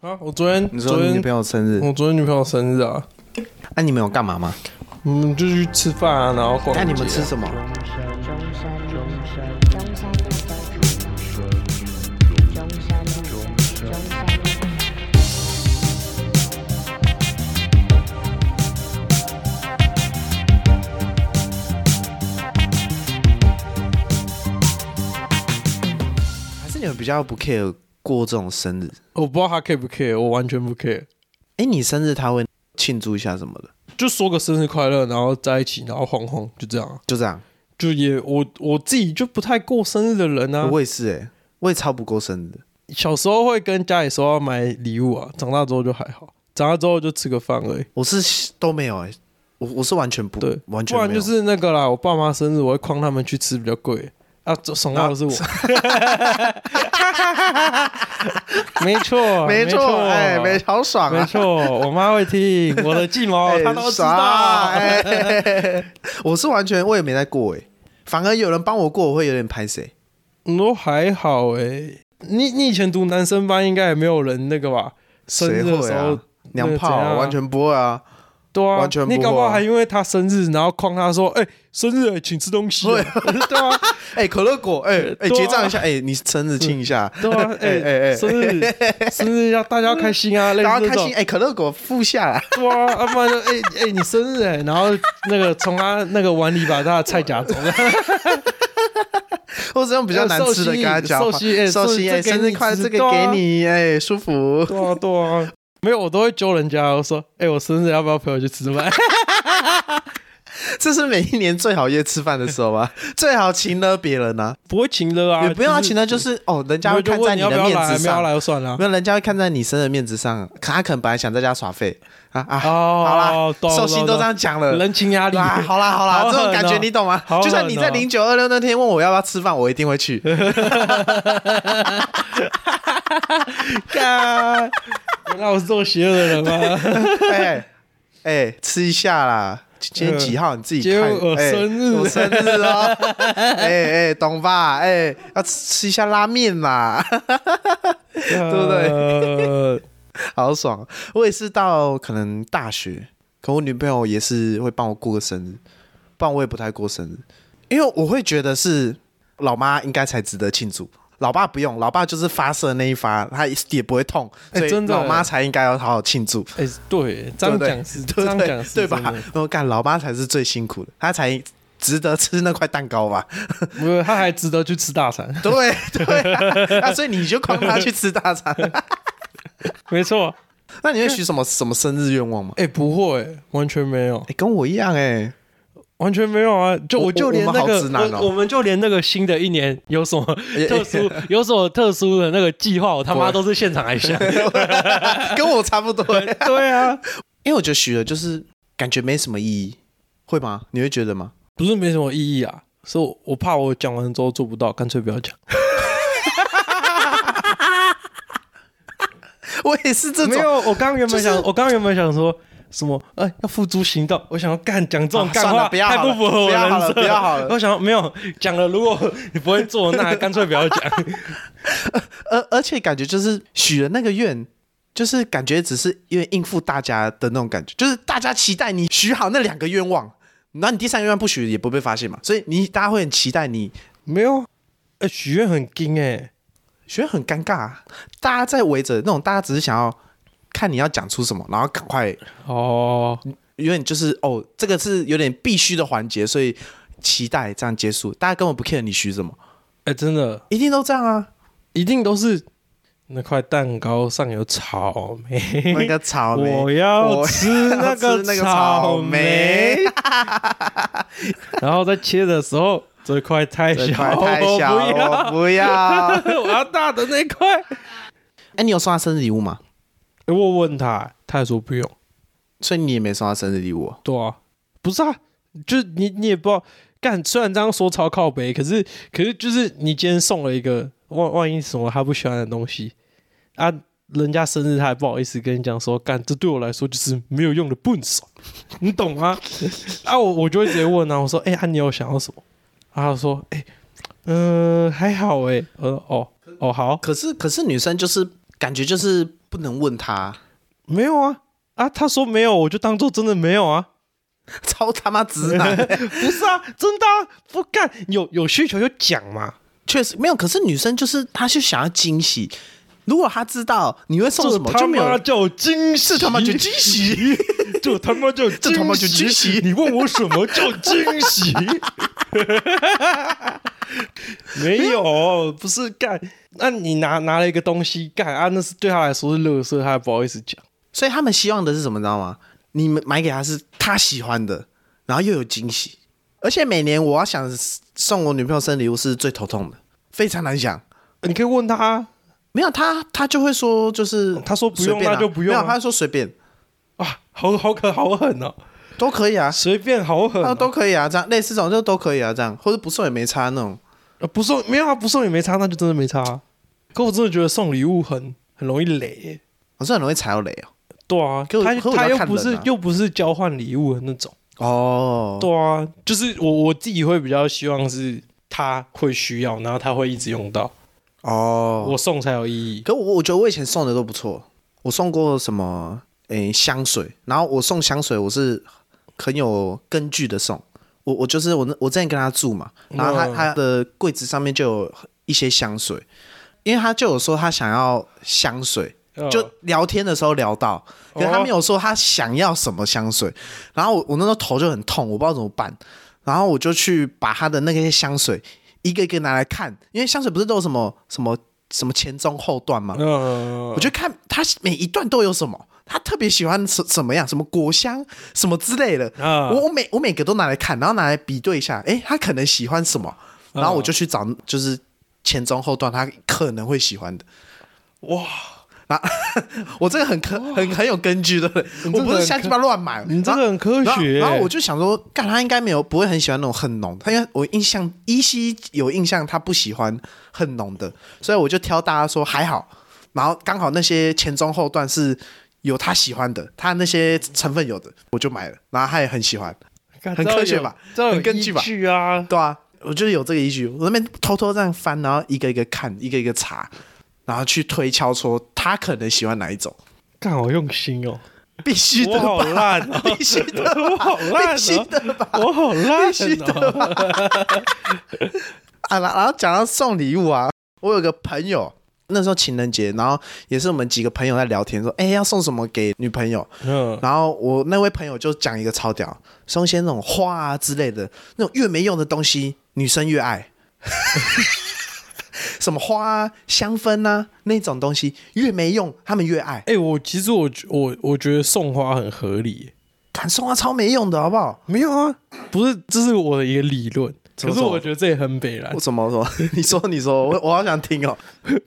啊，我昨天你昨说你女天朋友生日，我昨天女朋友生日啊，那、你们有干嘛吗？我们就去吃饭啊，然后逛、那你们吃什么？还是你们比较不 care 过这种生日？我不知道她 care 不 care，我完全不 care，哎、你生日他会庆祝一下什么的？就说个生日快乐，然后在一起，然后哄哄，就这样啊。就这样。就也我我自己就不太过生日的人啊，我也是哎、我也超不过生日的。小时候会跟家里说要买礼物啊，长大之后就还好，长大之后就吃个饭而已。我是都没有哎、我我是完全不对，完全不然没就有是那个啦，我爸妈生日我会诓他们去吃比较贵啊，这爽到的是我。 没错，啊没错，啊哎、没好爽没啊，错，我妈会听我的计谋， 哎她都知爽道。哎、嘿嘿嘿 我是完全我也没在过哎、反而有人帮我过，我会有点拍谁？你都还好哎、你你以前读男生班应该也没有人那个吧？生谁日的会时候啊，？娘炮、那怎样啊完全不会啊，对啊，完全不你搞不会好啊还因为他生日，然后诓他说：“哎、生日、请吃东西、啊。”对啊，哎、可乐果，哎、对哎、啊结账一下，哎、你生日庆一下，对啊，哎、 哎哎哎生日生日要大家要开心 啊，类似大家这开种心，哎、可乐果付下来，对啊，要、不然就哎哎、你生日哎、然后那个从他那个碗里把他的菜夹走，或者用比较难吃的跟他讲话，寿喜哎寿喜，哎、这个生给日你快乐，吃这对个给啊你，哎、舒服。 对啊对啊，没有我都会揪人家，我说哎、我生日要不要陪我去吃饭？这是每一年最好约吃饭的时候吧，最好请了别人啊，不会请了啊，也不用啊，就是请了就是哦，人家没有会就看问在你要不的要面来，子没有要上，来就算了没。有人家会看在你生日面子上，可他可能本来想在家耍废啊啊，好哦啦，，懂寿星懂都懂这样讲了。人情压 力。啊，好啦好啦，好狠这种感觉哦你懂吗？好狠哦就算你在零九二六那天问我要不要吃饭，我一定会 去。干， 原来我是这么邪恶的人啊吗？哎哎，吃一下啦！今天几号？你自己嗯今天看。我哎生日我生日 哦！哎哎，懂吧？哎，要吃吃一下拉面啦。对不 对对？好爽！我也是到可能大学，可我女朋友也是会帮我过个生日，不然我也不太过生日，因为我会觉得是老妈应该才值得庆祝，老爸不用，老爸就是发射那一发，他也不会痛，哎所以真的老妈才应该要好好庆祝，哎，对，这样对讲是，这对样不讲对？是对真吧的？？我干，老妈才是最辛苦的，她才值得吃那块蛋糕吧？ 不是，他还值得去吃大餐，对对啊啊，所以你就诓她去吃大餐。 没错。那你会许什么什么生日愿望吗？哎，不会，完全没有，哎、跟我一样哎、完全没有啊！就我我就连我那们好个直男哦我我们就连那个新的一年有什么 哎特殊有什么特殊的那个计划，我他妈不都是现场来 想。跟我差不多、 对啊， 因为我觉得许了就是感觉没什么意义，会吗？你会觉得吗？不是没什么意义啊，是我我怕我讲完之后做不到，干脆不要讲。 我也是这没种。有，我刚原本想，就是我刚原本想说什么？哎、要付诸行动。我想要干讲这种啊干算话，了不要太好不了符合我不要人好了设。不要好了我想没有讲了，如果你不会做，那干脆不要讲。而而且感觉就是许了那个愿，就是感觉只是因为应付大家的那种感觉，就是大家期待你许好那两个愿望，然后你第三个愿望不许也不被发现嘛，所以你大家会很期待你，没有，哎、许愿很惊哎、觉得很尴尬、啊。大家在围着那种，大家只是想要看你要讲出什么，然后赶快哦，有点就是哦，这个是有点必须的环节，所以期待这样结束，大家根本不 care 你许什么，哎、真的，一定都这样啊。一定都是那块蛋糕上有草莓。 那个草莓，我要我吃那要个吃那个草莓， 然后在切的时候，这块太这小，块太小，我不要我不要。 我要大的那块。哎，你有送他生日礼物吗？欸我问他，他也说不用。所以你也没送他生日礼物哦，对啊，不是啊，就是你你也不知道。干，虽然这样说超靠北，可是可是就是你今天送了一个万万一什么他不喜欢的东西啊，人家生日他还不好意思跟你讲说，干这对我来说就是没有用的笨手，你懂吗？啊，我我就会直接问啊，我说，哎、啊你有想要什么？啊，他说，哎、嗯、还好哎、我说哦哦好，可是可是女生就是感觉就是不能问他，没有啊啊，他说没有，我就当做真的没有啊。 超他妈直 男。不是啊，真的、啊、不干，有有需求就讲嘛。确实没有，可是女生就是她就想要惊喜。如果她知道你会送什么，这就他没有妈叫惊喜，这他妈就惊喜， 这他妈叫这他妈就惊喜你问我什么叫惊 喜？没有，不是干。那你拿拿了一个东西干啊，那是对他来说是垃圾，他还不好意思讲。所以他们希望的是什么，你知道吗？你们买给她是她喜欢的，然后又有惊喜，而且每年我要想送我女朋友生日礼物是最头痛的，非常难想。你可以问他、啊，没有她，她就会说就是她哦说不用随便啊那就不用啊没有，她说随便哇，啊好好可好狠哦，都可以啊，随便好狠、她哦说。都可以啊，这样类似这种就都可以啊，这样或者不送也没差那种。呃不送没有啊，不送也没差，那就真的没差、啊。可我真的觉得送礼物很很容易雷耶、我是很容易踩到雷哦。对啊，可我他可我他要又看不是人啊又不是交换礼物的那种。哦，对啊，就是我我自己会比较希望是他会需要，然后他会一直用到，哦，我送才有意义。可我我觉得我以前送的都不错，我送过什么诶、香水，然后我送香水我是很有根据的送，我我就是我那我之前跟他住嘛，然后他、嗯他的柜子上面就有一些香水，因为他就有说他想要香水，就哦聊天的时候聊到，可是他没有说他想要什么香水。然后我我那时候头就很痛，我不知道怎么办。然后我就去把他的那些香水一个一个拿来看，因为香水不是都有什么什么什么前中后段吗？嗯，我就看他每一段都有什么，他特别喜欢什什么样，什么果香什么之类的。啊我我每我每个都拿来看，然后拿来比对一下，诶，他可能喜欢什么，然后我就去找就是前中后段他可能会喜欢的。哇，啊！我这个很科很很有根据的，你这个我不是很瞎鸡巴乱买。你这然后个很科然后学、然后我就想说，干他应该没有不会很喜欢那种很浓，他因为我印象依稀有印象他不喜欢很浓的，所以我就挑大家说还好，然后刚好那些前中后段是有他喜欢的，他那些成分有的，我就买了，然后他也很喜欢，干很这科要学有吧这要有很根依据吧据啊，对啊，我就是有这个依据，我那边偷偷这样翻，然后一个一个看，一个一个查，然后去推敲说他可能喜欢哪一种，干好用心 哦，必须我的好吧。烂 哦，必须的我好烂必须哦，的吧，我 好烂必须 的哦，吧。啊，然然后讲到送礼物啊，我有个朋友，那时候情人节，然后也是我们几个朋友在聊天，说，哎、要送什么给女朋友？嗯，然后我那位朋友就讲一个超屌，送一些那种花啊之类的，那种越没用的东西，女生越爱。 什么花、啊、香氛啊，那种东西越没用，他们越爱。哎、我其实我觉我我觉得送花很合理耶、敢送花超没用的，好不好？没有啊，不是，这是我的一个理论。怎可是么啊说我觉得这也很北然我，怎么说？ 你说，你说，我我好想听哦。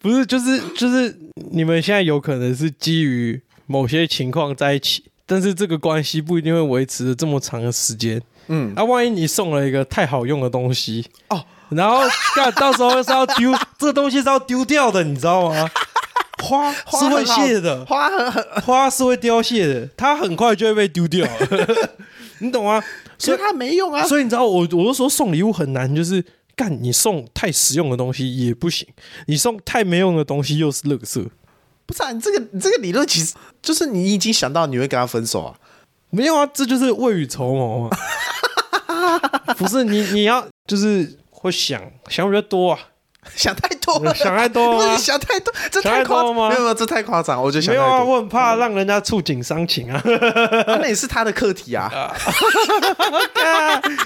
不是，就是就是你们现在有可能是基于某些情况在一起，但是这个关系不一定会维持得这么长的时间。嗯，那、万一你送了一个太好用的东西，哦，然后干到时候是要丢， 这个东西是要丢掉的，你知道吗？花 花是会谢的，花很好花是会凋谢的，它很快就会被丢 掉，你懂吗？所所以以它没用啊。所以你知道我，我都说送礼物很难，就是干你送太实用的东西也不行，你送太没用的东西又是垃圾。不是啊，你这个你这个理论其实就是你已经想到你会跟他分手啊。 没有啊，这就是未雨绸缪嘛。不是你，你要就是会想想比较多啊，想太多了，想太多 不啊是。想太多，这想太太夸多吗没有没有，这太夸张，我觉得想没太有啊，多。我很怕让人家触景伤情啊！啊那也是他的课题啊，干干，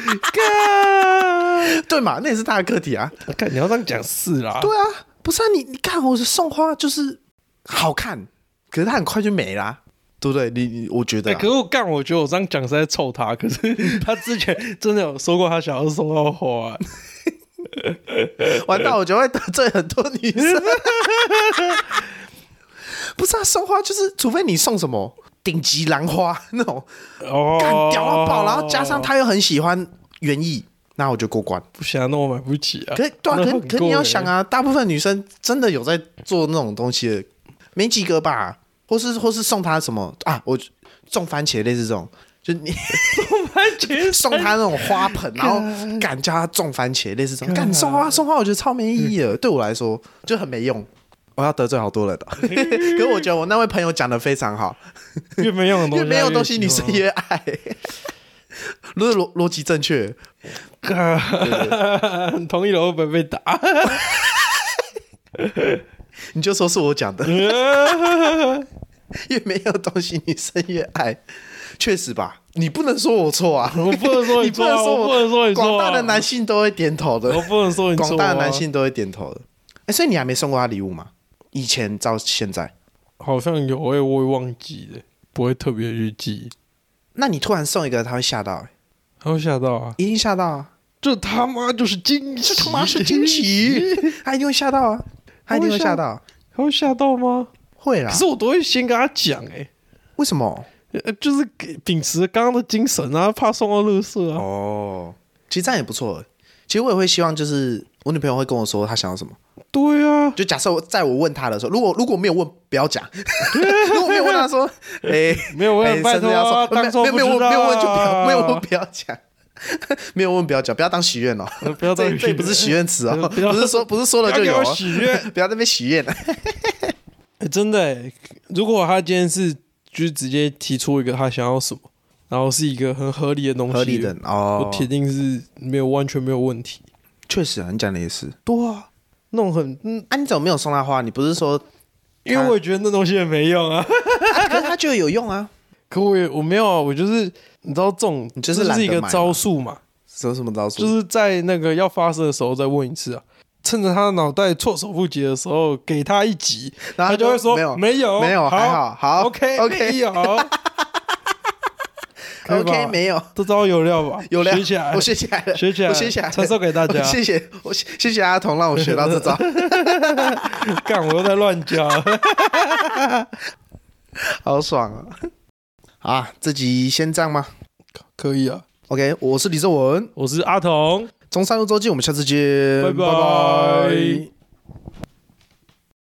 对嘛？那也是他的课题啊。干你要这样讲是啦。对啊，不是啊，你你看，我送花就是好看，可是它很快就没啦、对不对？你你我觉得哎、啊、可是我干，我觉得我这样讲是在臭他。可是他之前真的有说过，他想要收到花、完蛋，我觉得会得罪很多女生。 不是啊，送花就是，除非你送什么顶级兰花那种，哦，干屌到爆，然后加上他又很喜欢园艺，那我就过关。不行、啊，那我买不起啊。可对啊，那很可贵可你要想啊，大部分女生真的有在做那种东西的，没几个吧，或是或是送她什么啊，我种番茄类似这种，就 你番茄送她那种花 盆，然后敢嗯叫她种番茄类似这种，敢送花送花，我觉得超没意义的，对我来说就很没用。我要得罪好多人的。啊 可是我觉得我那位朋友讲的非常好，越没用的东越西，没有东西喜欢女生越爱，如果逻逻辑正确，干 同意了会不会被 打？你就说是我讲的。越没有东西女生越爱，确实吧？你不能说我错啊，我不能说你你不错啊能说我不能说你错啊广大的男性都会点头的我，不能说你错啊广大的男性都会点头的。哎，所以你还没送过他礼物吗？以前到现在，好像有诶、我也忘记了，不会特别去记，那你突然送一个，他会吓到、欸，他会吓到啊！一定吓到啊！这他妈就是惊喜，这他妈是惊，喜，他一定会吓到啊，他一定会吓到啊，他会吓到吗？会啦可。是我都会先跟他讲诶、为什么？呃就是给秉持刚刚的精神啊，怕送到垃圾啊。哦，其实这样也不错。其实我也会希望，就是我女朋友会跟我说她想要什么。对啊，就假设我在我问他的时候，如果如果没有问，不要 讲；如果没有问他说，哎、没有哎问，拜甚托至啊，要说，当没做有不没知有问道没有问就不啊要没有问不要讲， 没有问不要讲，不要当 许愿哦，呃不要这当这也不是许愿词哦， 不要不是说不是说不了要就给有我哦，许愿。 不要在那边许 愿了。欸、真的欸、如果他今天是就是直接提出一个他想要什么，然后是一个很合理的东西，合理的我哦，铁定是没有完全没有问题。确实啊，你讲的也是。对啊，那种很嗯，啊，你怎么没有送他花？你不是说， 因为我也觉得那东西也没用啊。 啊、可是他就有用啊？可我也我没有啊，我就是你知道这种，你就是这懒得是一个买嘛招数嘛，什么什么招数？就是在那个要发生的时候再问一次啊。趁着他脑袋措手不及的时候，给他一击，然后他就会说没有没有，没有，还好好 OK OK 没 有可以吧 OK 没有。这招有料吧？有料，学起来，我学起来了，学起来我学起来了，传授给大家 谢谢，我谢谢谢阿童让我学到这 招，干，我又在乱讲。 好爽啊！好啊，这集先这样吗可以啊， ？OK，我是李正文，我是阿童，嗯从三路周记，我们下次见，拜拜